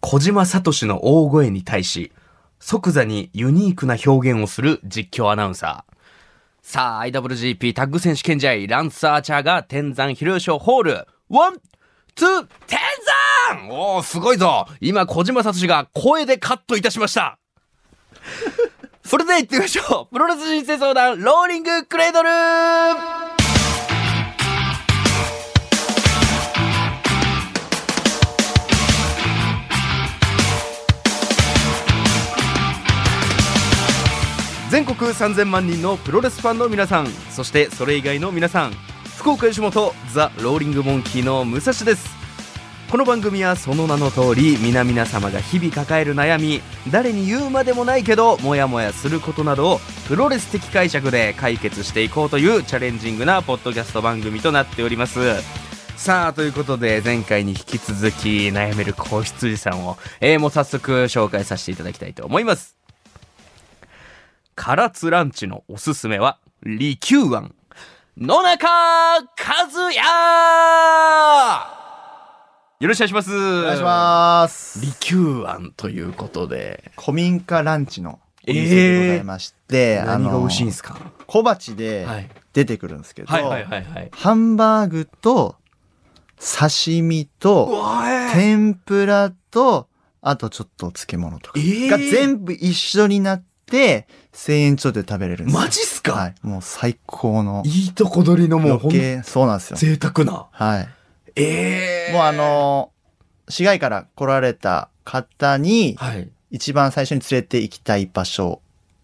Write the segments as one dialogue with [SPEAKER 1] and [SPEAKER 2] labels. [SPEAKER 1] 小島聡の大声に対し、即座にユニークな表現をする実況アナウンサー。さあ、IWGP タッグ選手権試合、ランス・アーチャーが天山比例賞ホール。ワン、ツー、天山おー、すごいぞ今、小島聡が声でカットいたしましたそれでは行ってみましょうプロレス人生相談、ローリングクレードル全国3000万人のプロレスファンの皆さんそしてそれ以外の皆さん福岡吉本ザ・ローリングモンキーの武蔵ですこの番組はその名の通り皆々様が日々抱える悩み誰に言うまでもないけどモヤモヤすることなどをプロレス的解釈で解決していこうというチャレンジングなポッドキャスト番組となっておりますさあということで前回に引き続き悩める子羊さんを、えーもう早速紹介させていただきたいと思います唐津ランチのおすすめは、利休庵。野中和也よろしくお願いします。お
[SPEAKER 2] お願いします。
[SPEAKER 1] 利休庵ということで。
[SPEAKER 2] 古民家ランチのお店でございまして、
[SPEAKER 1] 何が美味しいんですすか
[SPEAKER 2] 小鉢で
[SPEAKER 1] はい
[SPEAKER 2] 出てくるんですけど、
[SPEAKER 1] はいはいはいはい。
[SPEAKER 2] ハンバーグと刺身と
[SPEAKER 1] わえ
[SPEAKER 2] 天ぷらとあとちょっとお漬物とか
[SPEAKER 1] ええ
[SPEAKER 2] が全部一緒になって1000円ちょっとで食べれるんですよ
[SPEAKER 1] マジっすか
[SPEAKER 2] はい、もう最高の
[SPEAKER 1] いいとこ取りのもう
[SPEAKER 2] ロ
[SPEAKER 1] ほん
[SPEAKER 2] ケそうなんですよ
[SPEAKER 1] 贅沢な。
[SPEAKER 2] はい
[SPEAKER 1] ええ
[SPEAKER 2] もうあ、の市外から来られた方に
[SPEAKER 1] はい。
[SPEAKER 2] 一番最初に連れて行きたい場所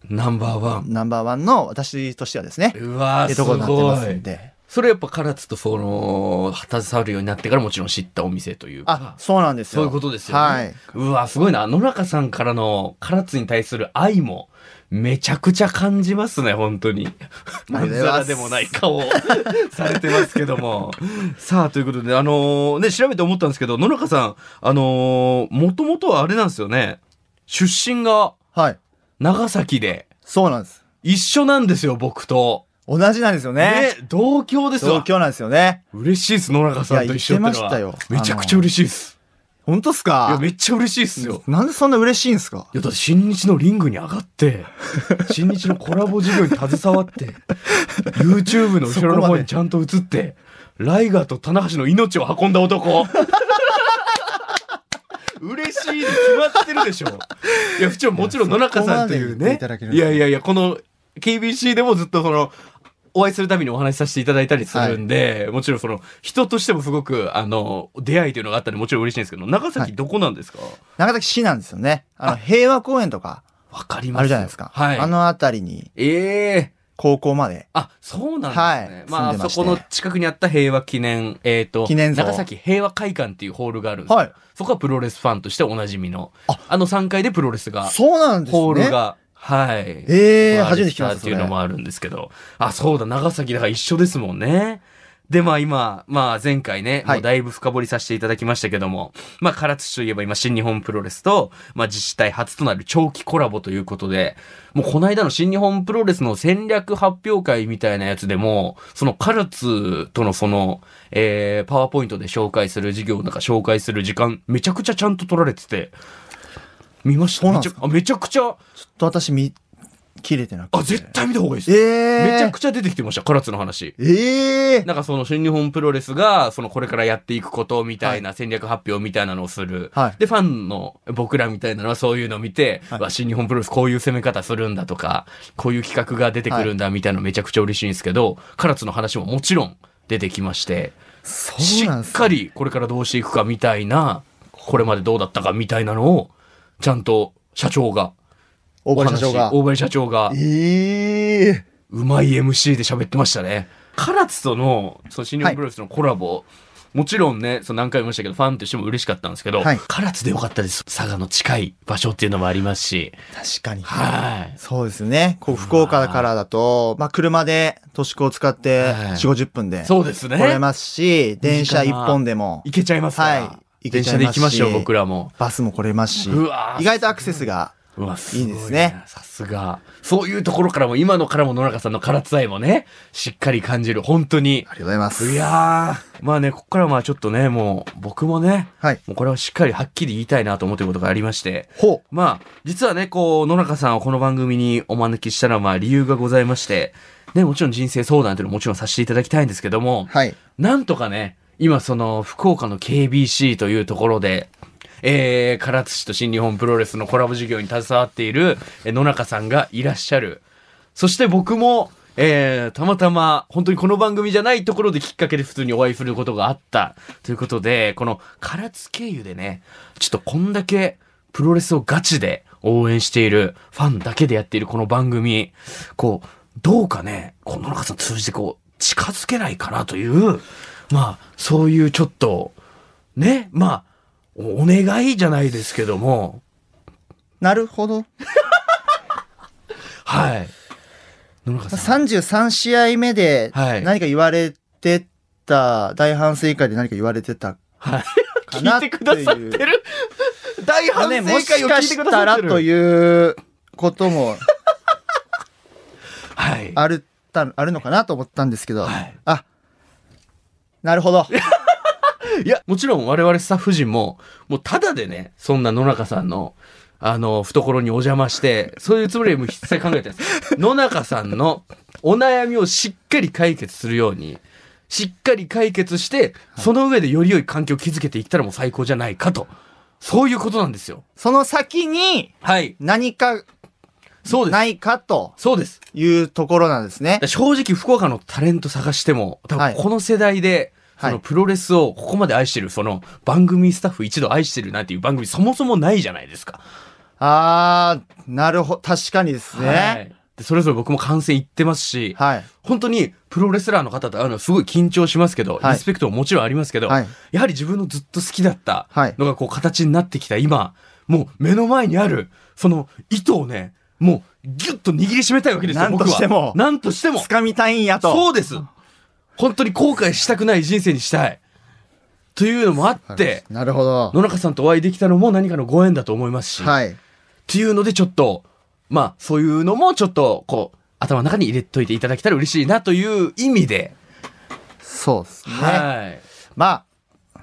[SPEAKER 1] ナンバーワン。
[SPEAKER 2] ナンバーワンの私としてはですね、
[SPEAKER 1] うわ
[SPEAKER 2] って
[SPEAKER 1] ーす
[SPEAKER 2] とこになって
[SPEAKER 1] ご
[SPEAKER 2] ますん
[SPEAKER 1] い。
[SPEAKER 2] で。
[SPEAKER 1] それやっぱ唐津とその、携わるようになってからもちろん知ったお店という
[SPEAKER 2] あ
[SPEAKER 1] か、。
[SPEAKER 2] そうなんですよ。
[SPEAKER 1] そういうことですよね。
[SPEAKER 2] はい。
[SPEAKER 1] うわ、すごいな。野中さんからの唐津に対する愛も、めちゃくちゃ感じますね、本当に。ま
[SPEAKER 2] ありがとうございます
[SPEAKER 1] んざらでもない顔を されてますけども。さあ、ということで、あのーね、調べて思ったんですけど、野中さん、あのもともとはあれなんですよね。出身が
[SPEAKER 2] はい。
[SPEAKER 1] 長崎で、
[SPEAKER 2] そうなんです。
[SPEAKER 1] 一緒なんですよ、僕と。
[SPEAKER 2] 同じなんですよね。
[SPEAKER 1] ね同郷です
[SPEAKER 2] そう
[SPEAKER 1] わ。
[SPEAKER 2] 今日なんですよね。
[SPEAKER 1] 嬉しいです、野中さんと一緒ってのは。
[SPEAKER 2] いや言ってましたよ
[SPEAKER 1] めちゃくちゃ嬉しいです。
[SPEAKER 2] 本当っす
[SPEAKER 1] いや、
[SPEAKER 2] か
[SPEAKER 1] めっちゃ嬉しいですよ。
[SPEAKER 2] なんでそんな嬉しいんすか
[SPEAKER 1] いや、だって新日のリングに上が って、新日のコラボ事業に携わって、YouTube の後ろの方にちゃんと映って、ライガーと棚橋の命を運んだ男。 嬉しいに決まってるでしょ。いや、普通もちろん野中さんという
[SPEAKER 2] い
[SPEAKER 1] ね
[SPEAKER 2] やそこまで言っていただけ。るん
[SPEAKER 1] い
[SPEAKER 2] ですね
[SPEAKER 1] やいやいや、この KBC でもずっとその、お会いするたびにお話しさせていただいたりするんで、もちろんその、人としてもすごく、あの、出会いというのがあったんで、もちろん嬉しいんですけど、長
[SPEAKER 2] は
[SPEAKER 1] 崎
[SPEAKER 2] い
[SPEAKER 1] どこなんですかわ、
[SPEAKER 2] 長崎市なんですよね。あの、平和公園とか、
[SPEAKER 1] かります
[SPEAKER 2] あるじゃないですか。
[SPEAKER 1] はい。
[SPEAKER 2] あのあたりに、
[SPEAKER 1] ええ
[SPEAKER 2] 高校まで。
[SPEAKER 1] あ、そうなんですね。
[SPEAKER 2] は
[SPEAKER 1] ま
[SPEAKER 2] い住んで
[SPEAKER 1] あ、
[SPEAKER 2] まして
[SPEAKER 1] そこの近くにあった平和記念、えっ、と、
[SPEAKER 2] 記念像
[SPEAKER 1] 長崎平和会館っていうホールがあるんですよ、
[SPEAKER 2] はい。
[SPEAKER 1] そこはプロレスファンとしておなじみの、あ
[SPEAKER 2] あ
[SPEAKER 1] の3階でプロレスが、
[SPEAKER 2] そうなんですね。
[SPEAKER 1] ホール。が、はい。
[SPEAKER 2] ええ
[SPEAKER 1] 行われ
[SPEAKER 2] 初めて聞きました。
[SPEAKER 1] って
[SPEAKER 2] そ
[SPEAKER 1] い
[SPEAKER 2] れ
[SPEAKER 1] うのもあるんですけど。あ、そうだ、長崎だから一緒ですもんね。で、まあ今、まあ前回ね、
[SPEAKER 2] はい
[SPEAKER 1] もうだいぶ深掘りさせていただきましたけども、まあ唐津市といえば今新日本プロレスと、まあ自治体初となる長期コラボということで、もうこの間の新日本プロレスの戦略発表会みたいなやつでも、その唐津とのその、えー、パワーポイントで紹介する事業なんか紹介する時間、めちゃくちゃちゃんと取られてて、見ました
[SPEAKER 2] そうなんです
[SPEAKER 1] めちゃ
[SPEAKER 2] か
[SPEAKER 1] あめちゃくちゃ、
[SPEAKER 2] ちょっと私見、切れてなくて。
[SPEAKER 1] あ、絶対見た方がいいです。
[SPEAKER 2] ええ
[SPEAKER 1] めちゃくちゃ出てきてました、唐津の話。
[SPEAKER 2] ええ
[SPEAKER 1] なんかその新日本プロレスが、そのこれからやっていくことみたいな戦略発表みたいなのをする。
[SPEAKER 2] はい
[SPEAKER 1] で、ファンの僕らみたいなのはそういうのを見て、
[SPEAKER 2] はいう
[SPEAKER 1] わ新日本プロレスこういう攻め方するんだとか、こういう企画が出てくるんだみたいなのめちゃくちゃ嬉しいんですけど、唐津の話ももちろん出てきまして、
[SPEAKER 2] そ
[SPEAKER 1] し
[SPEAKER 2] うなんで
[SPEAKER 1] っ
[SPEAKER 2] すね
[SPEAKER 1] かりこれからどうしていくかみたいな、これまでどうだったかみたいなのを、ちゃんと社長が、
[SPEAKER 2] 大林社長が。
[SPEAKER 1] 大林社長が、
[SPEAKER 2] ええ
[SPEAKER 1] うまい MC で喋ってましたね。唐津との、その新日本プロレスのコラボ、もちろんね、その何回も言いましたけど、ファンとしても嬉しかったんですけど、
[SPEAKER 2] はい
[SPEAKER 1] 唐津でよかったです。佐賀の近い場所っていうのもありますし、
[SPEAKER 2] 確かに。
[SPEAKER 1] はい。
[SPEAKER 2] そうですね。こう、福岡からだと、まあ、車で、都市高を使って、
[SPEAKER 1] はい
[SPEAKER 2] 4、50分で、来
[SPEAKER 1] そうですね。
[SPEAKER 2] れますし、電車1本でも、
[SPEAKER 1] 行けちゃいますから、
[SPEAKER 2] はい行け
[SPEAKER 1] 電
[SPEAKER 2] ちゃ
[SPEAKER 1] 車
[SPEAKER 2] い
[SPEAKER 1] で
[SPEAKER 2] ま
[SPEAKER 1] 行
[SPEAKER 2] すし
[SPEAKER 1] きましょう、僕らも。
[SPEAKER 2] バスも来れますし、
[SPEAKER 1] うわー
[SPEAKER 2] 意外とアクセスが
[SPEAKER 1] うわ、すごい
[SPEAKER 2] いいですね。
[SPEAKER 1] さすが。そういうところからも、今のからも野中さんの唐津愛もね、しっかり感じる。本当に
[SPEAKER 2] あ。りがとうございます。
[SPEAKER 1] いやー、まあね、ここからはまあちょっとね、もう、僕もね、
[SPEAKER 2] はい。
[SPEAKER 1] もうこれはしっかりはっきり言いたいなと思ってることがありまして、
[SPEAKER 2] ほ
[SPEAKER 1] まあ、実はね、こう、野中さんをこの番組にお招きしたのは、まあ理由がございまして、ね、もちろん人生相談というのももちろんさせていただきたいんですけども、
[SPEAKER 2] う。はい。
[SPEAKER 1] なんとかね、今その福岡の KBC というところで、えー、唐津市と新日本プロレスのコラボ事業に携わっているえー野中さんがいらっしゃる。そして僕も、えー、たまたま、本当にこの番組じゃないところできっかけで普通にお会いすることがあった。ということで、この唐津経由でね、ちょっとこんだけプロレスをガチで応援している、ファンだけでやっているこの番組、こう、どうかね、この野中さん通じてこう、近づけないかなという、まあ、そういうちょっと、ね、まあ、おお願いじゃないですけども、
[SPEAKER 2] なるほど。
[SPEAKER 1] はい。野中さん。
[SPEAKER 2] 33試合目で
[SPEAKER 1] はい
[SPEAKER 2] 何か言われてた、大反省会で何か言われてた
[SPEAKER 1] はい。
[SPEAKER 2] か
[SPEAKER 1] 聞
[SPEAKER 2] ないって
[SPEAKER 1] て
[SPEAKER 2] いう
[SPEAKER 1] くださってる大
[SPEAKER 2] まあ
[SPEAKER 1] 反
[SPEAKER 2] ね、
[SPEAKER 1] 省
[SPEAKER 2] も
[SPEAKER 1] 会
[SPEAKER 2] し
[SPEAKER 1] を
[SPEAKER 2] か
[SPEAKER 1] 聞いて
[SPEAKER 2] し
[SPEAKER 1] くだ
[SPEAKER 2] た
[SPEAKER 1] さっ
[SPEAKER 2] ら
[SPEAKER 1] てる。
[SPEAKER 2] ということも
[SPEAKER 1] はい。
[SPEAKER 2] あるたあるのかなと思ったんですけど、
[SPEAKER 1] はい
[SPEAKER 2] あなるほど
[SPEAKER 1] いや、もちろん我々スタッフ陣も、もうただでね、そんな野中さんの、あの、懐にお邪魔して、そういうつもりでも一切考えてない です。野中さんのお悩みをしっかり解決するように、しっかり解決して、その上でより良い環境を築けていったらもう最高じゃないかと。そういうことなんですよ。
[SPEAKER 2] その先に
[SPEAKER 1] はい。
[SPEAKER 2] 何か
[SPEAKER 1] そうです。
[SPEAKER 2] ないかと
[SPEAKER 1] そうです。
[SPEAKER 2] いうところなんですね
[SPEAKER 1] だから正直福岡のタレント探しても多
[SPEAKER 2] は
[SPEAKER 1] 分
[SPEAKER 2] い
[SPEAKER 1] この世代で、
[SPEAKER 2] は
[SPEAKER 1] そ
[SPEAKER 2] い
[SPEAKER 1] のプロレスをここまで愛してるその番組スタッフ一度愛してるなんていう番組そもそもないじゃないですか。
[SPEAKER 2] あーなるほど確かにです
[SPEAKER 1] は
[SPEAKER 2] ね
[SPEAKER 1] いでそれぞれ僕も観戦行ってますし、
[SPEAKER 2] はいはい、
[SPEAKER 1] 本当にプロレスラーの方と会うのはすごい緊張しますけど、
[SPEAKER 2] はい
[SPEAKER 1] リスペクトももちろんありますけど、
[SPEAKER 2] はい
[SPEAKER 1] やはり自分のずっと好きだった
[SPEAKER 2] はい
[SPEAKER 1] のがこう形になってきた今、もう目の前にあるその糸をね、もうギュッと握りしめたいわけですよ、
[SPEAKER 2] なんと
[SPEAKER 1] 僕は
[SPEAKER 2] しても
[SPEAKER 1] なんとしても。
[SPEAKER 2] 掴みたいんやと
[SPEAKER 1] そうです。本当に後悔したくない人生にしたい。というのもあって、
[SPEAKER 2] なるほど
[SPEAKER 1] 野中さんとお会いできたのも何かのご縁だと思いますし、
[SPEAKER 2] はい
[SPEAKER 1] っていうのでちょっと、まあそういうのもちょっとこう、頭の中に入れといていただけたら嬉しいなという意味で、
[SPEAKER 2] そうですね、
[SPEAKER 1] はい。
[SPEAKER 2] まあ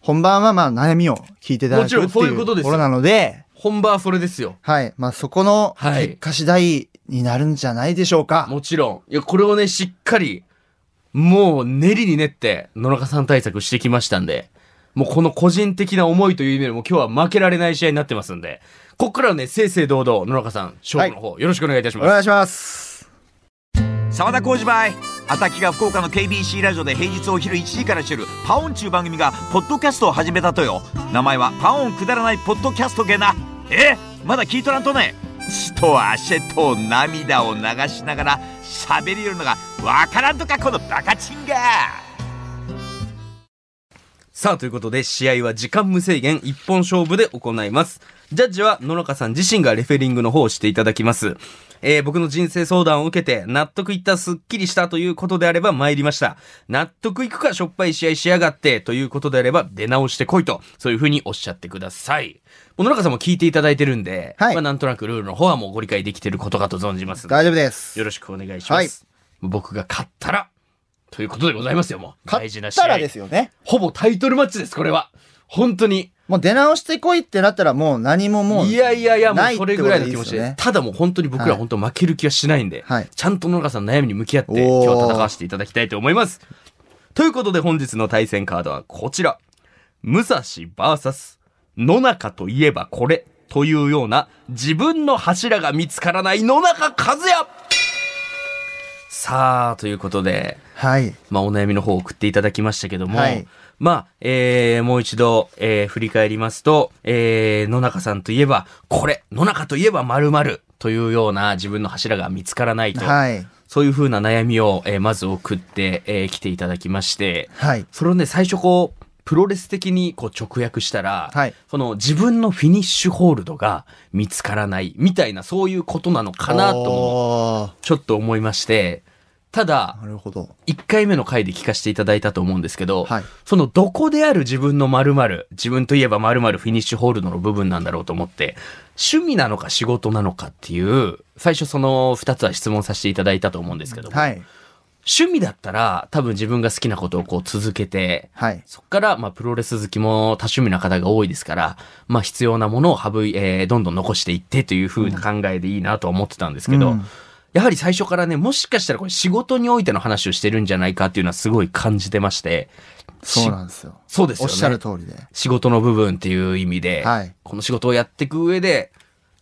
[SPEAKER 2] 本番はまあ悩みを聞いていただく
[SPEAKER 1] も
[SPEAKER 2] っ
[SPEAKER 1] ち
[SPEAKER 2] て
[SPEAKER 1] ろんそうい
[SPEAKER 2] いうう
[SPEAKER 1] こと
[SPEAKER 2] と
[SPEAKER 1] です
[SPEAKER 2] ころなので
[SPEAKER 1] 本場はそれですよ。
[SPEAKER 2] はいまあそこの
[SPEAKER 1] はい
[SPEAKER 2] 結果次第になるんじゃないでしょうか、
[SPEAKER 1] もちろん。いや、これをね、しっかり、もう練りに練って、野中さん対策してきましたんで、もうこの個人的な思いという意味でも今日は負けられない試合になってますんで、ここからはね、正々堂々、野中さん、勝負の方、よろしくお願いいたし
[SPEAKER 2] お
[SPEAKER 1] ます。
[SPEAKER 2] 願いします
[SPEAKER 3] 沢田浩二バイアタキが福岡の KBC ラジオで平日お昼1時からしてる「パオン」ちゅう番組がポッドキャストを始めたとよ名前は「パオンくだらないポッドキャストゲな」えまだ聞いとらんとね血と汗と涙を流しながら喋りよるのがわからんとかこのバカチンが
[SPEAKER 1] さあ、ということで、試合は時間無制限、一本勝負で行います。ジャッジは野中さん自身がレフェリングの方をしていただきます。えー僕の人生相談を受けて、納得いった、すっきりしたということであれば参りました。納得いくか、しょっぱい試合しやがって、ということであれば、出直してこいと、そういうふうにおっしゃってください。もう野中さんも聞いていただいてるんで、
[SPEAKER 2] はい
[SPEAKER 1] まあなんとなくルールの方はもうご理解できてることかと存じますが。
[SPEAKER 2] 大丈夫です
[SPEAKER 1] よろしくお願いします。僕が勝ったら、ということでございますよ、もう。
[SPEAKER 2] 勝
[SPEAKER 1] 大事な試
[SPEAKER 2] ったら
[SPEAKER 1] 合
[SPEAKER 2] で。すよね
[SPEAKER 1] ほぼタイトルマッチです、これは。本当に。
[SPEAKER 2] もう出直してこいってなったらもう何ももう
[SPEAKER 1] いやいやいや、も
[SPEAKER 2] な
[SPEAKER 1] う
[SPEAKER 2] い
[SPEAKER 1] それぐらいの気持
[SPEAKER 2] っ
[SPEAKER 1] ちで。
[SPEAKER 2] てことですよね
[SPEAKER 1] ただもう本当に僕
[SPEAKER 2] は
[SPEAKER 1] ら
[SPEAKER 2] い
[SPEAKER 1] 本当負ける気はしないんで、
[SPEAKER 2] はい
[SPEAKER 1] ちゃんと野中さんの悩みに向き合って、
[SPEAKER 2] お
[SPEAKER 1] 今
[SPEAKER 2] ー
[SPEAKER 1] 日は戦わせていただきたいと思います。ということで本日の対戦カードはこちら。武蔵 VS 野中といえばこれというような自分の柱が見つからない野中和也さあ、ということで、
[SPEAKER 2] はい
[SPEAKER 1] まあ、お悩みの方を送っていただきましたけども、
[SPEAKER 2] はい
[SPEAKER 1] まあ、えーもう一度、えー振り返りますと、えー野中さんといえば、これ、野中といえば〇〇というような自分の柱が見つからないと、
[SPEAKER 2] はい
[SPEAKER 1] そういうふうな悩みを、えーまず送って、えー来ていただきまして、
[SPEAKER 2] はい
[SPEAKER 1] それをね、最初こう、プロレス的にこう直訳したら、
[SPEAKER 2] はい
[SPEAKER 1] その自分のフィニッシュホールドが見つからないみたいなそういうことなのかなとも
[SPEAKER 2] おー
[SPEAKER 1] ちょっと思いまして、ただ
[SPEAKER 2] なるほど。
[SPEAKER 1] 1回目の回で聞かせていただいたと思うんですけど、
[SPEAKER 2] はい。
[SPEAKER 1] そのどこである自分の〇〇、自分といえば〇〇フィニッシュホールドの部分なんだろうと思って、趣味なのか仕事なのかっていう、最初その2つは質問させていただいたと思うんですけども、
[SPEAKER 2] はい。
[SPEAKER 1] 趣味だったら多分自分が好きなことをこう続けて、
[SPEAKER 2] はい。
[SPEAKER 1] そっから、まあ、プロレス好きも多趣味な方が多いですから、まあ、必要なものを省い、えーどんどん残していってという風な考えでいいなとは思ってたんですけど、
[SPEAKER 2] うん
[SPEAKER 1] やはり最初からね、もしかしたらこれ仕事においての話をしてるんじゃないかっていうのはすごい感じてまして、
[SPEAKER 2] そう
[SPEAKER 1] し
[SPEAKER 2] なんですよ。
[SPEAKER 1] そうです
[SPEAKER 2] お
[SPEAKER 1] よ
[SPEAKER 2] っ
[SPEAKER 1] ね。
[SPEAKER 2] しゃる通りで。
[SPEAKER 1] 仕事の部分っていう意味で、
[SPEAKER 2] はい
[SPEAKER 1] この仕事をやっていく上で、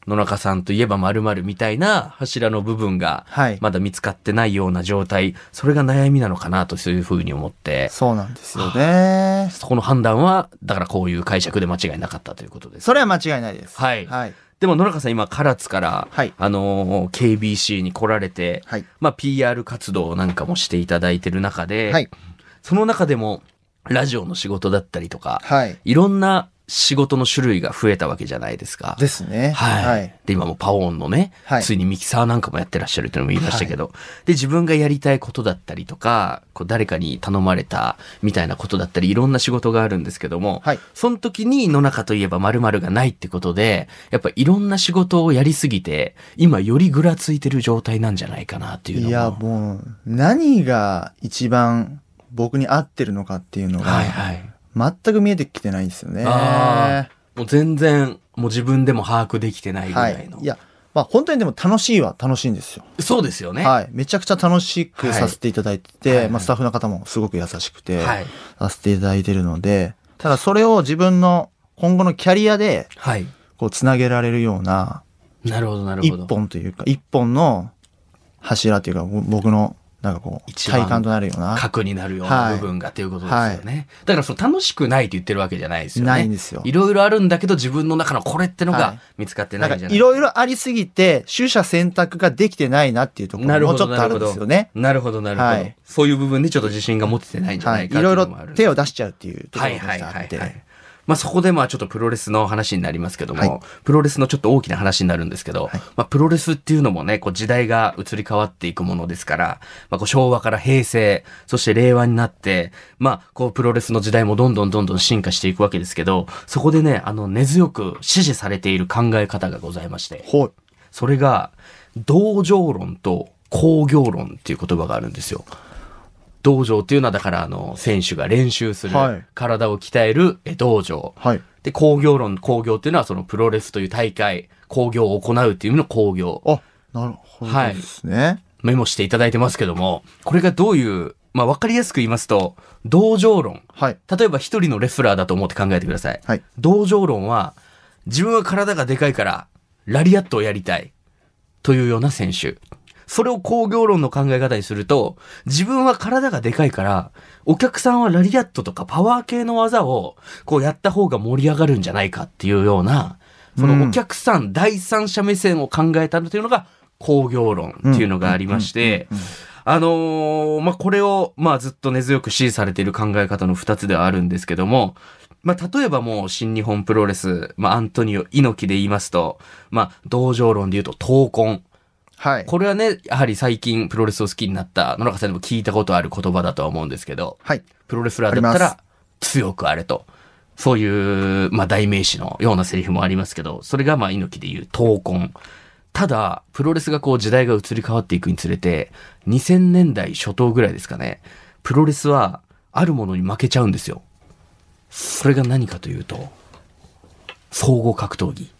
[SPEAKER 1] 野中さんといえば〇〇みたいな柱の部分が
[SPEAKER 2] はい、
[SPEAKER 1] まだ見つかってないような状態、それが悩みなのかなとそういうふうに思って、
[SPEAKER 2] そうなんですよね。
[SPEAKER 1] そこの判断は、だからこういう解釈で間違いなかったということです。
[SPEAKER 2] それは間違いないです。
[SPEAKER 1] はい
[SPEAKER 2] はい。
[SPEAKER 1] でも野中さん今、唐津から、
[SPEAKER 2] はい
[SPEAKER 1] あのー KBC に来られて、
[SPEAKER 2] はい。
[SPEAKER 1] まあ PR 活動なんかもしていただいてる中で、
[SPEAKER 2] はい。
[SPEAKER 1] その中でも、ラジオの仕事だったりとか、
[SPEAKER 2] はい。
[SPEAKER 1] いろんな仕事の種類が増えたわけじゃないですか。
[SPEAKER 2] ですね。
[SPEAKER 1] はい。
[SPEAKER 2] はい。
[SPEAKER 1] で、今もパオンのね、
[SPEAKER 2] はい
[SPEAKER 1] ついにミキサーなんかもやってらっしゃるっていうのも言いましたけど、で、自分がやりたいことだったりとか、こう誰かに頼まれたみたいなことだったり、いろんな仕事があるんですけども、
[SPEAKER 2] はい
[SPEAKER 1] その時に野中といえば〇〇がないってことで、やっぱいろんな仕事をやりすぎて、今よりぐらついてる状態なんじゃないかなっていうのも。
[SPEAKER 2] いや、もう、何が一番僕に合ってるのかっていうの
[SPEAKER 1] はい
[SPEAKER 2] が、
[SPEAKER 1] はい。
[SPEAKER 2] 全く見えてきてないんですよね。
[SPEAKER 1] あもう全然、もう自分でも把握できてないぐ
[SPEAKER 2] は
[SPEAKER 1] らい
[SPEAKER 2] い
[SPEAKER 1] の。。
[SPEAKER 2] いや、まあ本当にでも楽しいは楽しいんですよ。
[SPEAKER 1] そうですよね。
[SPEAKER 2] はい。めちゃくちゃ楽しくさせていただいてて、
[SPEAKER 1] はいはいはい
[SPEAKER 2] まあスタッフの方もすごく優しくて、
[SPEAKER 1] はい。
[SPEAKER 2] させていただいてるので、ただそれを自分の今後のキャリアで、
[SPEAKER 1] はい。
[SPEAKER 2] こう、つなげられるような、
[SPEAKER 1] なるほど、なる
[SPEAKER 2] 一
[SPEAKER 1] ほど。
[SPEAKER 2] 本というか、一本の柱というか、ぼ僕の、なんかこう、
[SPEAKER 1] 一番
[SPEAKER 2] 体感となるような。
[SPEAKER 1] 核になるような部分がっていうことですよね。だからその楽しくないって言ってるわけじゃないですよね。
[SPEAKER 2] ないんですよ
[SPEAKER 1] いろいろあるんだけど自分の中のこれっての
[SPEAKER 2] は
[SPEAKER 1] が
[SPEAKER 2] い
[SPEAKER 1] 見つかってな
[SPEAKER 2] な
[SPEAKER 1] ん
[SPEAKER 2] いん
[SPEAKER 1] じ
[SPEAKER 2] か
[SPEAKER 1] ゃない
[SPEAKER 2] いろいろありすぎて、取捨選択ができてないなっていうとこ
[SPEAKER 1] な
[SPEAKER 2] ろ
[SPEAKER 1] る
[SPEAKER 2] も
[SPEAKER 1] ほ
[SPEAKER 2] うち
[SPEAKER 1] ど
[SPEAKER 2] ょっとあるんですよね。
[SPEAKER 1] なるほど、なるほど、
[SPEAKER 2] はい
[SPEAKER 1] そういう部分でちょっと自信が持ててないんじゃ
[SPEAKER 2] は。
[SPEAKER 1] ないい
[SPEAKER 2] い
[SPEAKER 1] かって
[SPEAKER 2] ろ
[SPEAKER 1] う
[SPEAKER 2] い
[SPEAKER 1] の
[SPEAKER 2] ろ
[SPEAKER 1] もある
[SPEAKER 2] 手を出しちゃうっていうとこ
[SPEAKER 1] は
[SPEAKER 2] ろ
[SPEAKER 1] い
[SPEAKER 2] が
[SPEAKER 1] はいは
[SPEAKER 2] あっ
[SPEAKER 1] い
[SPEAKER 2] て。
[SPEAKER 1] は
[SPEAKER 2] はい
[SPEAKER 1] い。まあそこでまあちょっとプロレスの話になりますけども、
[SPEAKER 2] はい
[SPEAKER 1] プロレスのちょっと大きな話になるんですけど、まあプロレスっていうのもね、こう時代が移り変わっていくものですから、まあこう昭和から平成、そして令和になって、まあこうプロレスの時代もどんどんどんどん進化していくわけですけど、そこでね、あの根強く支持されている考え方がございまして、
[SPEAKER 2] ほう
[SPEAKER 1] それが、同情論と工業論っていう言葉があるんですよ。道場っていうのはだからあの選手が練習する、
[SPEAKER 2] はい
[SPEAKER 1] 体を鍛えるえ道場。
[SPEAKER 2] はい。
[SPEAKER 1] で、工業論、工業っていうのはそのプロレスという大会、工業を行うっていう意味の工業。
[SPEAKER 2] あ、なるほど
[SPEAKER 1] はい
[SPEAKER 2] ですね。
[SPEAKER 1] メモしていただいてますけども、これがどういう、まあわかりやすく言いますと、道場論。
[SPEAKER 2] はい。
[SPEAKER 1] 例えば一人のレスラーだと思って考えてください。
[SPEAKER 2] はい。
[SPEAKER 1] 同情論は、自分は体がでかいから、ラリアットをやりたい。というような選手。それを工業論の考え方にすると、自分は体がでかいから、お客さんはラリアットとかパワー系の技を、こうやった方が盛り上がるんじゃないかっていうような、そのお客さん、第三者目線を考えたというのが、工業論っていうのがありまして、あのーまあ、これを、まあ、ずっと根強く支持されている考え方の二つではあるんですけども、まあ、例えばもう、新日本プロレス、まあ、アントニオ猪木で言いますと、まあ、同情論で言うと、闘魂。
[SPEAKER 2] はい。
[SPEAKER 1] これはね、やはり最近プロレスを好きになった野中さんでも聞いたことある言葉だとは思うんですけど、
[SPEAKER 2] はい。
[SPEAKER 1] プロレスラーだった
[SPEAKER 2] あり
[SPEAKER 1] ら強くあれと。そういう、まあ、代名詞のようなセリフもありますけど、それがまあ、猪木で言う闘魂。ただ、プロレスがこう時代が移り変わっていくにつれて、2000年代初頭ぐらいですかね、プロレスはあるものに負けちゃうんですよ。それが何かというと、総合格闘技。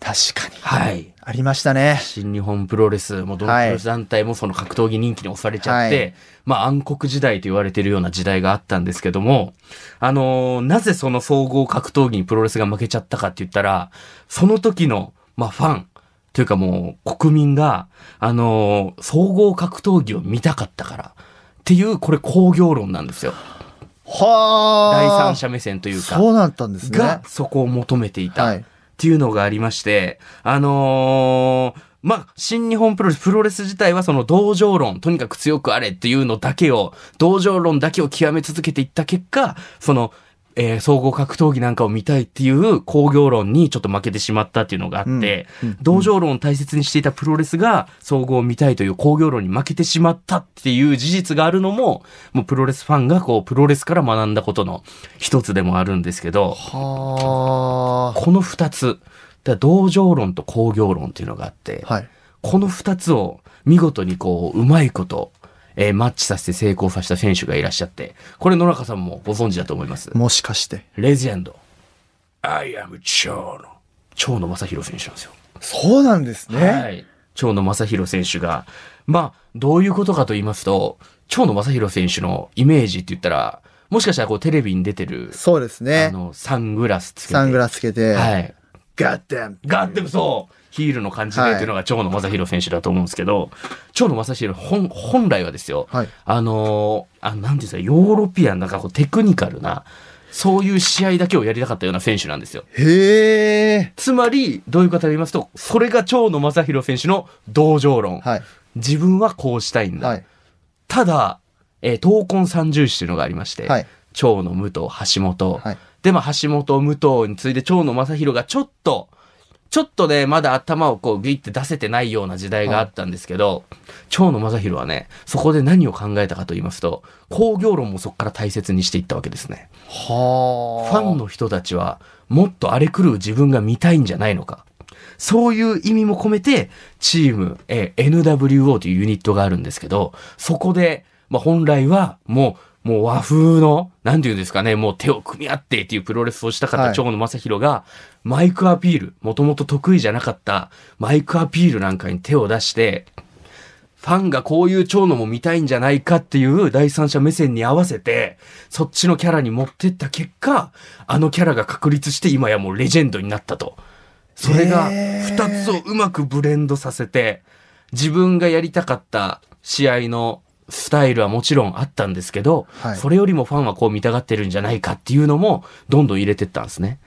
[SPEAKER 2] 確かに。
[SPEAKER 1] はい。
[SPEAKER 2] ありましたね。
[SPEAKER 1] 新日本プロレスもどのプ
[SPEAKER 2] はい
[SPEAKER 1] ロレス団体もその格闘技人気に押されちゃって、
[SPEAKER 2] はい
[SPEAKER 1] まあ暗黒時代と言われてるような時代があったんですけども、あのーなぜその総合格闘技にプロレスが負けちゃったかって言ったら、その時の、まあファン、というかもう国民が、あのー総合格闘技を見たかったから、っていう、これ工業論なんですよ。
[SPEAKER 2] はあ。
[SPEAKER 1] 第三者目線というか。
[SPEAKER 2] そうだったんですね。
[SPEAKER 1] がそこを求めていた
[SPEAKER 2] は
[SPEAKER 1] っ
[SPEAKER 2] い
[SPEAKER 1] ていうのがありまして、あのーまあ、新日本プロレス、プロレス自体はその同情論、とにかく強くあれっていうのだけを、同情論だけを極め続けていった結果、その、えー総合格闘技なんかを見たいっていう工業論にちょっと負けてしまったっていうのがあって、
[SPEAKER 2] うんうん
[SPEAKER 1] 道場論を大切にしていたプロレスが総合を見たいという工業論に負けてしまったっていう事実があるのも、もうプロレスファンがこう、プロレスから学んだことの一つでもあるんですけど、
[SPEAKER 2] は
[SPEAKER 1] この二つ、だから道場論と工業論っていうのがあって、
[SPEAKER 2] あ。はい。
[SPEAKER 1] この二つを見事にこう、うまいこと、えーマッチさせて成功させた選手がいらっしゃって、これ野中さんもご存知だと思います。
[SPEAKER 2] もしかして。
[SPEAKER 1] レジェンド。I am 蝶野。蝶野正宏選手なんですよ。
[SPEAKER 2] そうなんです
[SPEAKER 1] は。い。蝶野正宏選手が、まあ、どういうことかと言いますと、蝶野正宏選手のイメージって言ったら、もしかしたらこうテレビに出てる、
[SPEAKER 2] そうです
[SPEAKER 1] あ
[SPEAKER 2] ね。
[SPEAKER 1] の、サングラスつけて。
[SPEAKER 2] サングラスつけて。
[SPEAKER 1] はい。
[SPEAKER 2] ガッテン。
[SPEAKER 1] ガッてそうヒールの感じでっていうのが蝶野正宏選手だと思うんですけど、蝶野正宏本、本来はですよ、
[SPEAKER 2] はい。
[SPEAKER 1] あのーあ、なんていうんですか、ヨーロピアンなんかこうテクニカルな、そういう試合だけをやりたかったような選手なんですよ。
[SPEAKER 2] へえ。
[SPEAKER 1] つまり、どういう方と言いますと、それが蝶野正宏選手の同情論。
[SPEAKER 2] はい。
[SPEAKER 1] 自分はこうしたいんだ。
[SPEAKER 2] はい。
[SPEAKER 1] ただ、えー闘魂三重視というのがありまして、
[SPEAKER 2] はい。
[SPEAKER 1] 蝶野武藤、橋本。
[SPEAKER 2] はい。
[SPEAKER 1] で、まあ、橋本武藤に次いで蝶野正宏がちょっと、ちょっとね、まだ頭をこうグイって出せてないような時代があったんですけど、蝶野正宏はね、そこで何を考えたかと言いますと、工業論もそこから大切にしていったわけですね。
[SPEAKER 2] は
[SPEAKER 1] ファンの人たちは、もっと荒れ狂う自分が見たいんじゃないのか。そういう意味も込めて、チーム、えー NWO というユニットがあるんですけど、そこで、まあ、本来は、もう、もう和風の、なんていうんですかね、もう手を組み合ってっていうプロレスをしたかっ
[SPEAKER 2] は
[SPEAKER 1] た
[SPEAKER 2] い
[SPEAKER 1] 蝶野正宏が、マイクアピール、もともと得意じゃなかったマイクアピールなんかに手を出して、ファンがこういう蝶野も見たいんじゃないかっていう第三者目線に合わせて、そっちのキャラに持ってった結果、あのキャラが確立して今やもうレジェンドになったと。それが
[SPEAKER 2] へー
[SPEAKER 1] 二つをうまくブレンドさせて、自分がやりたかった試合のスタイルはもちろんあったんですけど、
[SPEAKER 2] はい
[SPEAKER 1] それよりもファンはこう見たがってるんじゃないかっていうのもどんどん入れてったんですね。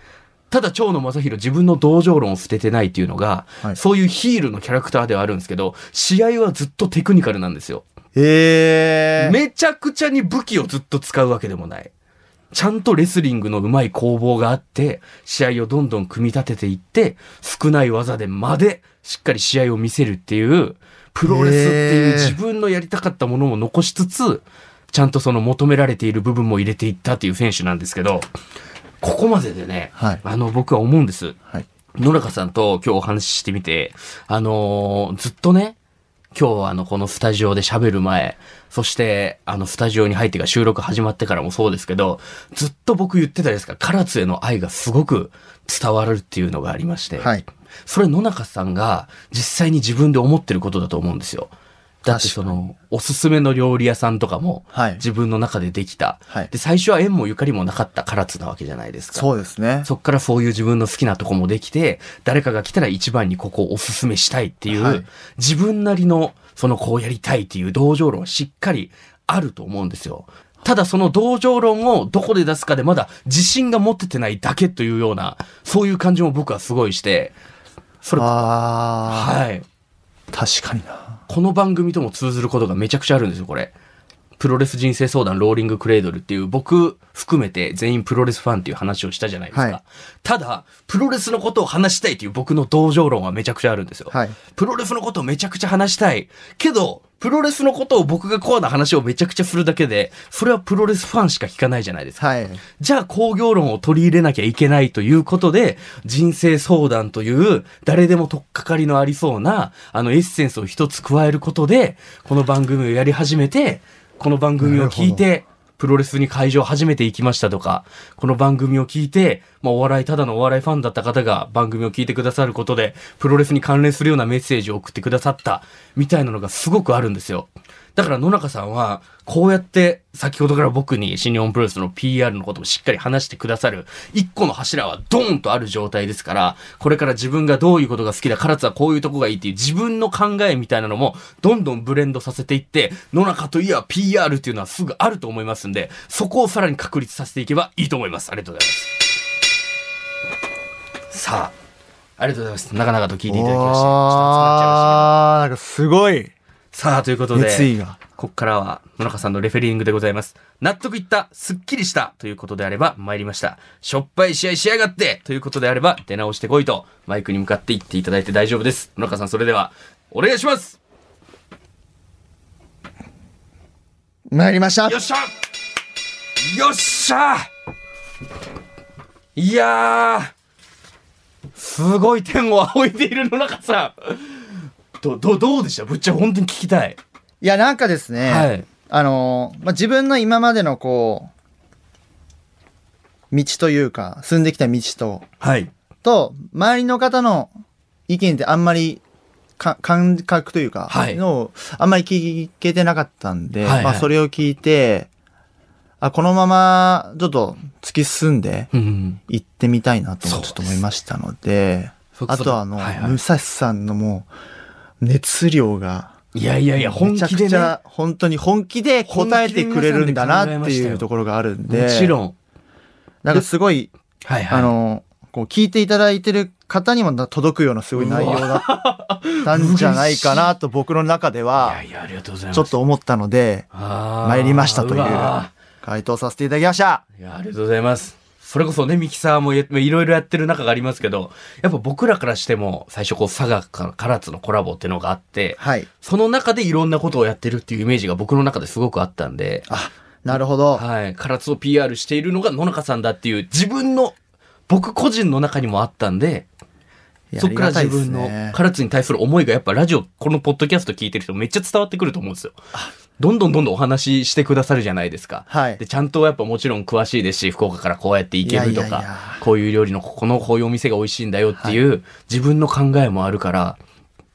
[SPEAKER 1] ただ、蝶野正宏自分の同情論を捨ててないっていうのが、
[SPEAKER 2] はい
[SPEAKER 1] そういうヒールのキャラクターではあるんですけど、試合はずっとテクニカルなんですよ。
[SPEAKER 2] へえ。
[SPEAKER 1] めちゃくちゃに武器をずっと使うわけでもない。ちゃんとレスリングのうまい攻防があって、試合をどんどん組み立てていって、少ない技でまでしっかり試合を見せるっていう、プロレスってい
[SPEAKER 2] へ
[SPEAKER 1] う
[SPEAKER 2] ー
[SPEAKER 1] 自分のやりたかったものも残しつつ、ちゃんとその求められている部分も入れていったっていう選手なんですけど、ここまででね、
[SPEAKER 2] はい
[SPEAKER 1] あの僕は思うんです。
[SPEAKER 2] はい。
[SPEAKER 1] 野中さんと今日お話ししてみて、あのーずっとね、今日あの、このスタジオで喋る前、そして、あの、スタジオに入ってから収録始まってからもそうですけど、ずっと僕言ってたですか、唐津への愛がすごく伝わるっていうのがありまして、
[SPEAKER 2] はい。
[SPEAKER 1] それ野中さんが実際に自分で思ってることだと思うんですよ。だってその、おすすめの料理屋さんとかも、
[SPEAKER 2] はい
[SPEAKER 1] 自分の中でできた。
[SPEAKER 2] はい
[SPEAKER 1] で、最初は縁もゆかりもなかった唐津なわけじゃないですか。
[SPEAKER 2] そうですね。
[SPEAKER 1] そっからそういう自分の好きなとこもできて、誰かが来たら一番にここをおすすめしたいっていう、
[SPEAKER 2] はい
[SPEAKER 1] 自分なりの、そのこうやりたいっていう同情論はしっかりあると思うんですよ。ただその同情論をどこで出すかでまだ自信が持っててないだけというような、そういう感じも僕はすごいして、それ、
[SPEAKER 2] あ
[SPEAKER 1] はい。
[SPEAKER 2] あ、確かにな。
[SPEAKER 1] この番組とも通ずることがめちゃくちゃあるんですよ、これ。プロレス人生相談ローリングクレードルっていう僕含めて全員プロレスファンっていう話をしたじゃないですか。
[SPEAKER 2] はい
[SPEAKER 1] ただ、プロレスのことを話したいという僕の同情論はめちゃくちゃあるんですよ。
[SPEAKER 2] はい
[SPEAKER 1] プロレスのことをめちゃくちゃ話したい。けど、プロレスのことを僕がコアな話をめちゃくちゃするだけで、それはプロレスファンしか聞かないじゃないですか。
[SPEAKER 2] はい。
[SPEAKER 1] じゃあ工業論を取り入れなきゃいけないということで、人生相談という誰でも取っかかりのありそうな、あのエッセンスを一つ加えることで、この番組をやり始めて、この番組を聞いて、プロレスに会場を始めていきましたとか、この番組を聞いて、まあお笑い、ただのお笑いファンだった方が番組を聞いてくださることで、プロレスに関連するようなメッセージを送ってくださった、みたいなのがすごくあるんですよ。だから野中さんは、こうやって、先ほどから僕に新日本プロレスの PR のこともしっかり話してくださる、一個の柱はドーンとある状態ですから、これから自分がどういうことが好きだ、唐津はこういうとこがいいっていう自分の考えみたいなのも、どんどんブレンドさせていって、野中といえば PR っていうのはすぐあると思いますんで、そこをさらに確立させていけばいいと思います。ありがとうございます。さあ、ありがとうございます。長々と聞いていただきまして、ちょっと熱くなっちゃいましたけど
[SPEAKER 2] ああ、なんかすごい
[SPEAKER 1] さあ、ということで。
[SPEAKER 2] 熱意が。
[SPEAKER 1] ここからは野中さんのレフェリングでございます。納得いった、すっきりしたということであれば参りました。しょっぱい試合しやがってということであれば出直してこいとマイクに向かって言っていただいて大丈夫です。野中さんそれではお願いします
[SPEAKER 2] 参りました
[SPEAKER 3] よっしゃよっしゃ
[SPEAKER 1] いやー、すごい天を仰いでいる野中さん。ど、ど、どうでしたぶっちゃけ本当に聞きたい。
[SPEAKER 2] いや、なんかですね、
[SPEAKER 1] はい
[SPEAKER 2] あのー、まあ、自分の今までのこう、道というか、進んできた道と、
[SPEAKER 1] はい。
[SPEAKER 2] と、周りの方の意見ってあんまり、か感覚というか、
[SPEAKER 1] はい
[SPEAKER 2] のをあんまり聞けてなかったんで、
[SPEAKER 1] はいはい
[SPEAKER 2] まあ、それを聞いて、あ、このまま、ちょっと突き進んで、
[SPEAKER 1] うん。
[SPEAKER 2] 行ってみたいなとち
[SPEAKER 1] そ
[SPEAKER 2] ょ
[SPEAKER 1] うで
[SPEAKER 2] っ
[SPEAKER 1] す
[SPEAKER 2] と思いましたので、
[SPEAKER 1] そう
[SPEAKER 2] あとはあの、
[SPEAKER 1] はいはい
[SPEAKER 2] 武蔵さんのもう、熱量が、
[SPEAKER 1] いやいやいや、本
[SPEAKER 2] めちゃ
[SPEAKER 1] 気
[SPEAKER 2] く
[SPEAKER 1] で
[SPEAKER 2] ち
[SPEAKER 1] ね。
[SPEAKER 2] ゃ本当に本気で答えてくれるんだなっていうところがあるんで、
[SPEAKER 1] もちろん。
[SPEAKER 2] なんかすごい、
[SPEAKER 1] はいはい。
[SPEAKER 2] あの、こう聞いていただいてる方にもな届くようなすごい内容だったんじゃないかなと僕の中で
[SPEAKER 1] いや
[SPEAKER 2] はい
[SPEAKER 1] や、ありがとうございます。
[SPEAKER 2] ちょっと思ったので、
[SPEAKER 1] あー、
[SPEAKER 2] 参りましたという
[SPEAKER 1] わ
[SPEAKER 2] 回答させていただきました。
[SPEAKER 1] ーいや、ありがとうございます。それこそね、ミキサーもやいろいろやってる中がありますけど、やっぱ僕らからしても、最初こう、佐賀から唐津のコラボっていうのがあって、
[SPEAKER 2] はい。
[SPEAKER 1] その中でいろんなことをやってるっていうイメージが僕の中ですごくあったんで、
[SPEAKER 2] あ、なるほど。
[SPEAKER 1] はい。唐津を PR しているのが野中さんだっていう、自分の、僕個人の中にもあったんで、
[SPEAKER 2] いや
[SPEAKER 1] そっから
[SPEAKER 2] あ
[SPEAKER 1] 自
[SPEAKER 2] りがたいで
[SPEAKER 1] 分
[SPEAKER 2] す
[SPEAKER 1] の
[SPEAKER 2] ね
[SPEAKER 1] 唐津に対する思いがやっぱラジオ、このポッドキャスト聞いてる人めっちゃ伝わってくると思うんですよ。どんどんどんどんお話ししてくださるじゃないですか。
[SPEAKER 2] はい
[SPEAKER 1] で、ちゃんとやっぱもちろん詳しいですし、福岡からこうやって行けるとか、
[SPEAKER 2] いやいやいや
[SPEAKER 1] こういう料理のここのこういうお店が美味しいんだよっていう、自分の考えもあるから、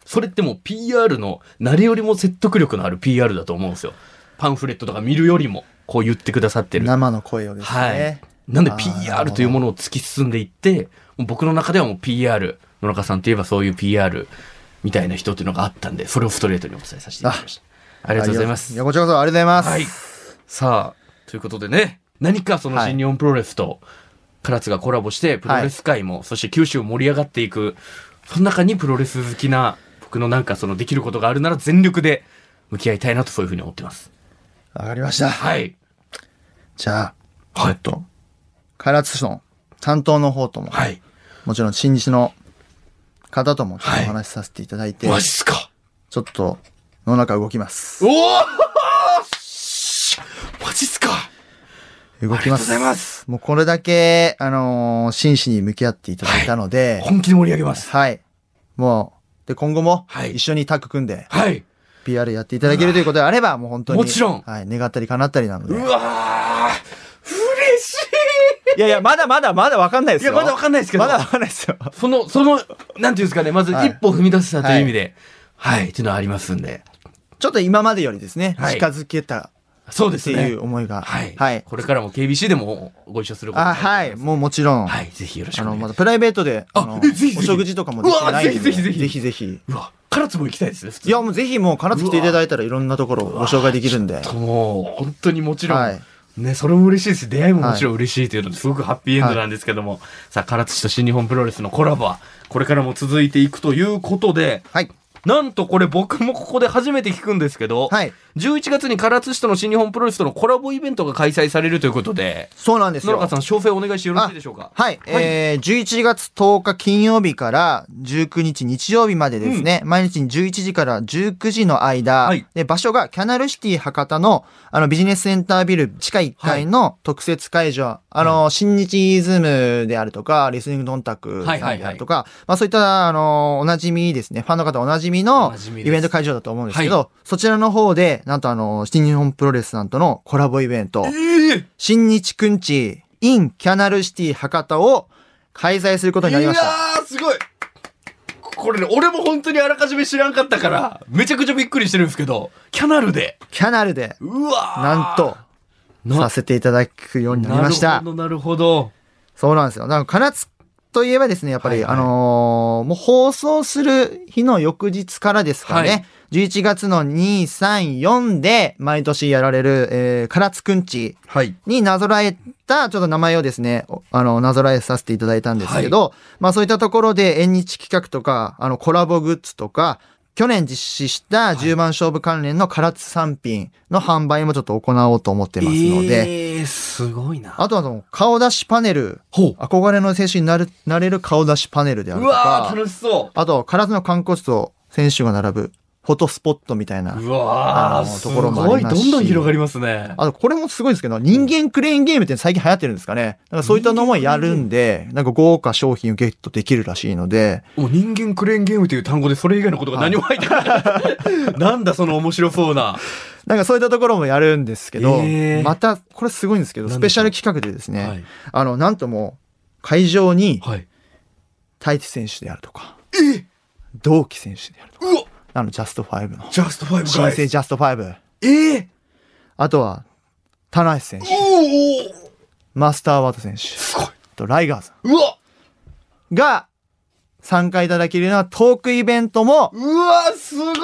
[SPEAKER 1] それってもう PR の、誰よりも説得力のある PR だと思うんですよ。パンフレットとか見るよりも、こう言ってくださってる。
[SPEAKER 2] 生の声をです
[SPEAKER 1] はい
[SPEAKER 2] ね。。
[SPEAKER 1] なんで
[SPEAKER 2] あー
[SPEAKER 1] PR というものを突き進んでいって、もう僕の中ではもう PR、野中さんといえばそういう PR みたいな人っていうのがあったんで、それをストレートにお伝えさせていただきました。ありがとうございま
[SPEAKER 2] い
[SPEAKER 1] す
[SPEAKER 2] や、。こちらこそありがとうございます。
[SPEAKER 1] はい。さあ、ということでね、何かその
[SPEAKER 2] はい
[SPEAKER 1] 新日本プロレスと唐津がコラボして、プロレス界も、そして九州も盛り上がっていく、その中にプロレス好きな僕のなんかそのできることがあるなら全力で向き合いたいなとそういうふうに思ってます。
[SPEAKER 2] わかりました。
[SPEAKER 1] はい。
[SPEAKER 2] じゃあ、
[SPEAKER 1] はい。
[SPEAKER 2] と、開発市の担当の方とも、
[SPEAKER 1] はい。
[SPEAKER 2] もちろん新日の方ともちょっと
[SPEAKER 1] はい
[SPEAKER 2] お話しさせていただいて、
[SPEAKER 1] マジっすか。
[SPEAKER 2] ちょっと野中動きます。
[SPEAKER 1] おおマジっすか
[SPEAKER 2] 動き
[SPEAKER 1] ありが
[SPEAKER 2] ます。
[SPEAKER 1] とうございます。
[SPEAKER 2] もうこれだけ、あのー真摯に向き合っていただいたので、
[SPEAKER 1] 本気で盛り上げます。
[SPEAKER 2] はい。もう、で、今後も
[SPEAKER 1] はい
[SPEAKER 2] 一緒にタッグ組んで、
[SPEAKER 1] はい。
[SPEAKER 2] PR やっていただけるということであれば、もう本当に。
[SPEAKER 1] もちろん
[SPEAKER 2] はい。願ったり叶ったりなの
[SPEAKER 1] う
[SPEAKER 2] で。
[SPEAKER 1] わー嬉し
[SPEAKER 2] いやいや、まだまだまだわかんないで
[SPEAKER 1] いいや、まだわかんないですけど。
[SPEAKER 2] まだわかんないですよ。
[SPEAKER 1] その、その、なんていうんですかね、まず
[SPEAKER 2] はい
[SPEAKER 1] 一歩踏み出したという意味で、はい、っていうのはありますんで。
[SPEAKER 2] ちょっと今までよりですね、
[SPEAKER 1] はい
[SPEAKER 2] 近づけた
[SPEAKER 1] そうで
[SPEAKER 2] って
[SPEAKER 1] すね
[SPEAKER 2] い。う思いが。
[SPEAKER 1] はい。
[SPEAKER 2] はい。
[SPEAKER 1] これからも KBC でもご一緒すること
[SPEAKER 2] あ、
[SPEAKER 1] にな
[SPEAKER 2] は
[SPEAKER 1] る
[SPEAKER 2] い。
[SPEAKER 1] と思
[SPEAKER 2] もうもちろん。
[SPEAKER 1] ます。はい、ぜひよろしく
[SPEAKER 2] あ
[SPEAKER 1] お願い
[SPEAKER 2] の、
[SPEAKER 1] し
[SPEAKER 2] ま
[SPEAKER 1] ます。
[SPEAKER 2] だプライベートで、あの、
[SPEAKER 1] えぜひぜひ
[SPEAKER 2] お食事とかもできてないので
[SPEAKER 1] うわぜひぜひぜ
[SPEAKER 2] ぜ
[SPEAKER 1] ひ
[SPEAKER 2] ひぜひ。
[SPEAKER 1] うわ、唐津も行きたいですね、普通
[SPEAKER 2] いや、もうぜひもう、からつ来ていただいたらいろんなところをご紹介できるんで。
[SPEAKER 1] もう、本当にもちろん、
[SPEAKER 2] はい
[SPEAKER 1] ね、それも嬉しいですし、出会いももちろん嬉しいというので、すごくハッピーエンドなんですけども、さあ、唐津市と新日本プロレスのコラボは、これからも続いていくということで、
[SPEAKER 2] はい。
[SPEAKER 1] なんとこれ僕もここで初めて聞くんですけど、
[SPEAKER 2] はい
[SPEAKER 1] 11月に唐津市との新日本プロレスとのコラボイベントが開催されるということで、
[SPEAKER 2] そうなんです
[SPEAKER 1] 野
[SPEAKER 2] よ。
[SPEAKER 1] 中さん、詳細お願いしてよろしいでしょうか。
[SPEAKER 2] はい。えー、11月10日金曜日から19日日曜日までですね、毎日11時から19時の間、
[SPEAKER 1] はい
[SPEAKER 2] で、場所がキャナルシティ博多の、あの、ビジネスセンタービル地下1階の特設会場、あの、新日イズムであるとか、レスリングドンタクさんであるとか、まあそういった、あの、おなじみですね、ファンの方おなじみ
[SPEAKER 1] お
[SPEAKER 2] の
[SPEAKER 1] なじみ
[SPEAKER 2] イ
[SPEAKER 1] です
[SPEAKER 2] ベント会場だと思うんですけど、
[SPEAKER 1] は
[SPEAKER 2] そちらの方で、なんとあの、新日本プロレスさんとのコラボイベント、
[SPEAKER 1] えー
[SPEAKER 2] 新日くんち in キャナルシティ博多を開催することになりました。
[SPEAKER 1] ー、すごいこれね、俺も本当にあらかじめ知らんかったから、めちゃくちゃびっくりしてるんですけど、キャナルで、
[SPEAKER 2] キャナルで、
[SPEAKER 1] うわー
[SPEAKER 2] なんと、
[SPEAKER 1] な
[SPEAKER 2] させていただくようになりまし
[SPEAKER 1] なる。
[SPEAKER 2] た
[SPEAKER 1] ほど、なるほど。
[SPEAKER 2] そうなんですよ。なんか、唐津といえばですね、やっぱり、
[SPEAKER 1] はいはい
[SPEAKER 2] あのーもう放送する日の翌日からですかね、
[SPEAKER 1] はい
[SPEAKER 2] 11月の2、3、4で、毎年やられる、えー、唐津くんち
[SPEAKER 1] はい。
[SPEAKER 2] になぞらえた、ちょっと名前をですね、おあの、なぞらえさせていただいたんですけど、まあそういったところで縁日企画とか、あの、コラボグッズとか、去年実施した10番勝負関連の唐津産品の販売もちょっと行おうと思ってますので、
[SPEAKER 1] えー、すごいな。
[SPEAKER 2] あとはその顔出しパネル、
[SPEAKER 1] ほう。
[SPEAKER 2] 憧れの青春になるなれる顔出しパネルである
[SPEAKER 1] う
[SPEAKER 2] と
[SPEAKER 1] わ
[SPEAKER 2] か
[SPEAKER 1] ー、、楽しそ
[SPEAKER 2] あと、唐津の観光地と選手が並ぶフォトスポットみたいな
[SPEAKER 1] う。うわ
[SPEAKER 2] あ
[SPEAKER 1] ー、
[SPEAKER 2] の
[SPEAKER 1] す
[SPEAKER 2] ところも
[SPEAKER 1] ご
[SPEAKER 2] あ
[SPEAKER 1] い。
[SPEAKER 2] り
[SPEAKER 1] ど
[SPEAKER 2] ますし
[SPEAKER 1] んどん広がりますね。
[SPEAKER 2] あと、これもすごいんですけど、人間クレーンゲームって最近流行ってるんですかね。なんかそういったのもやるんで、なんか豪華商品をゲットできるらしいので、
[SPEAKER 1] お人間クレーンゲームという単語でそれ以外のことが何も入ってこ ない。なんだその面白そうな。
[SPEAKER 2] なんかそういったところもやるんですけど、
[SPEAKER 1] へー
[SPEAKER 2] また、これすごいんですけど、
[SPEAKER 1] なん
[SPEAKER 2] ス
[SPEAKER 1] で
[SPEAKER 2] ペ
[SPEAKER 1] しょ
[SPEAKER 2] シ
[SPEAKER 1] う
[SPEAKER 2] ャル企画でですね、
[SPEAKER 1] はい。
[SPEAKER 2] あの、なんともう、会場に
[SPEAKER 1] はい。
[SPEAKER 2] 太一選手であるとか、
[SPEAKER 1] え
[SPEAKER 2] 同期選手であるとか、
[SPEAKER 1] うわ
[SPEAKER 2] あの、ジャスト5の、
[SPEAKER 1] ジャストファイブ
[SPEAKER 2] 新
[SPEAKER 1] ガイ
[SPEAKER 2] 生
[SPEAKER 1] ズ。
[SPEAKER 2] ジャスト5、
[SPEAKER 1] ええ
[SPEAKER 2] あとは、棚橋選手、
[SPEAKER 1] おお
[SPEAKER 2] マスターワード選手、
[SPEAKER 1] すごい。
[SPEAKER 2] とライガーさ
[SPEAKER 1] うわ
[SPEAKER 2] んが参加いただけるようなトークイベントも
[SPEAKER 1] うわすげ
[SPEAKER 2] 予
[SPEAKER 1] え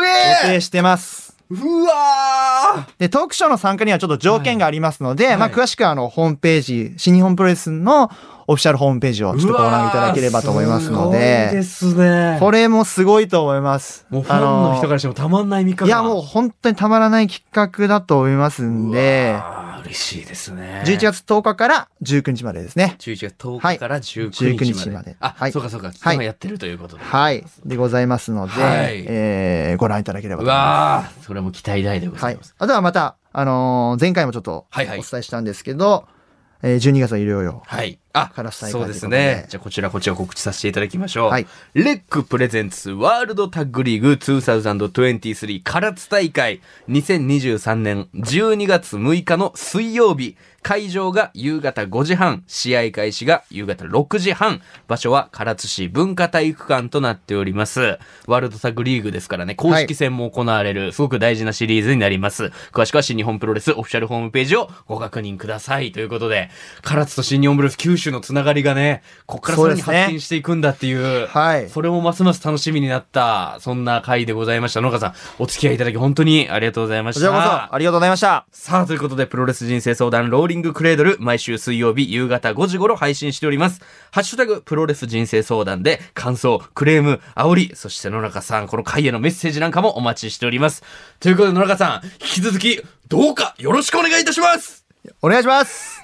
[SPEAKER 2] 定してます。
[SPEAKER 1] うわー
[SPEAKER 2] で、トークショーの参加にはちょっと条件がありますので、
[SPEAKER 1] はい
[SPEAKER 2] まあ、
[SPEAKER 1] はい
[SPEAKER 2] 詳しくはあの、ホームページ、新日本プロレスのオフィシャルホームページをちょっとご覧いただければと思いますの
[SPEAKER 1] うわ
[SPEAKER 2] で、
[SPEAKER 1] すごいですね。
[SPEAKER 2] これもすごいと思います。
[SPEAKER 1] もうファンの人
[SPEAKER 2] あ
[SPEAKER 1] からしてもたまんない見方
[SPEAKER 2] いや、もう本当にたまらない企画だと思いますん
[SPEAKER 1] う
[SPEAKER 2] で、
[SPEAKER 1] わー嬉しいですね。
[SPEAKER 2] 11月10日から19日までですね。
[SPEAKER 1] 11月10日から19日まで。
[SPEAKER 2] 19日まで
[SPEAKER 1] あ、
[SPEAKER 2] はい
[SPEAKER 1] そうかそうか。
[SPEAKER 2] はい
[SPEAKER 1] 今やってるということで。
[SPEAKER 2] はい。でございますので、
[SPEAKER 1] はい
[SPEAKER 2] えー、ご覧いただければ
[SPEAKER 1] う
[SPEAKER 2] と思います。
[SPEAKER 1] わーそれも期待大でござ
[SPEAKER 2] はいい
[SPEAKER 1] ます。。
[SPEAKER 2] あとはまた、あのー前回もちょっとお
[SPEAKER 1] はいはい
[SPEAKER 2] 伝えしたんですけど、えー12月はいろいろ。
[SPEAKER 1] はい。あ
[SPEAKER 2] カラス大会
[SPEAKER 1] そうです
[SPEAKER 2] ということ
[SPEAKER 1] ね
[SPEAKER 2] で。
[SPEAKER 1] じゃあこちらこちら告知させていただきましょう。
[SPEAKER 2] はい
[SPEAKER 1] レックプレゼンツワールドタッグリーグ2023カラツ大会2023年12月6日の水曜日。会場が夕方5時半、試合開始が夕方6時半。場所は唐津市文化体育館となっております。ワールドタッグリーグですからね、公式戦も行われる、すごく大事なシリーズになります。詳しくは新日本プロレスオフィシャルホームページをご確認ください。ということで、唐津と新日本プロレス九州のつながりがね、こっからさらに
[SPEAKER 2] そうですね
[SPEAKER 1] 発展していくんだっていう、
[SPEAKER 2] はい
[SPEAKER 1] それもますます楽しみになった、そんな回でございました。野川さん、お付き合いいただき本当にありがとうございまし
[SPEAKER 2] こ
[SPEAKER 1] た。
[SPEAKER 2] ちらこそ、ありがとうございました。
[SPEAKER 1] さあ、ということで、プロレス人生相談、ローリングクレードル、毎週水曜日夕方5時頃配信しております。ハッシュタグ、プロレス人生相談で、感想、クレーム、煽り、そして野中さん、この回へのメッセージなんかもお待ちしております。ということで、野中さん、引き続き、どうかよろしくお願いいたします
[SPEAKER 2] お願いします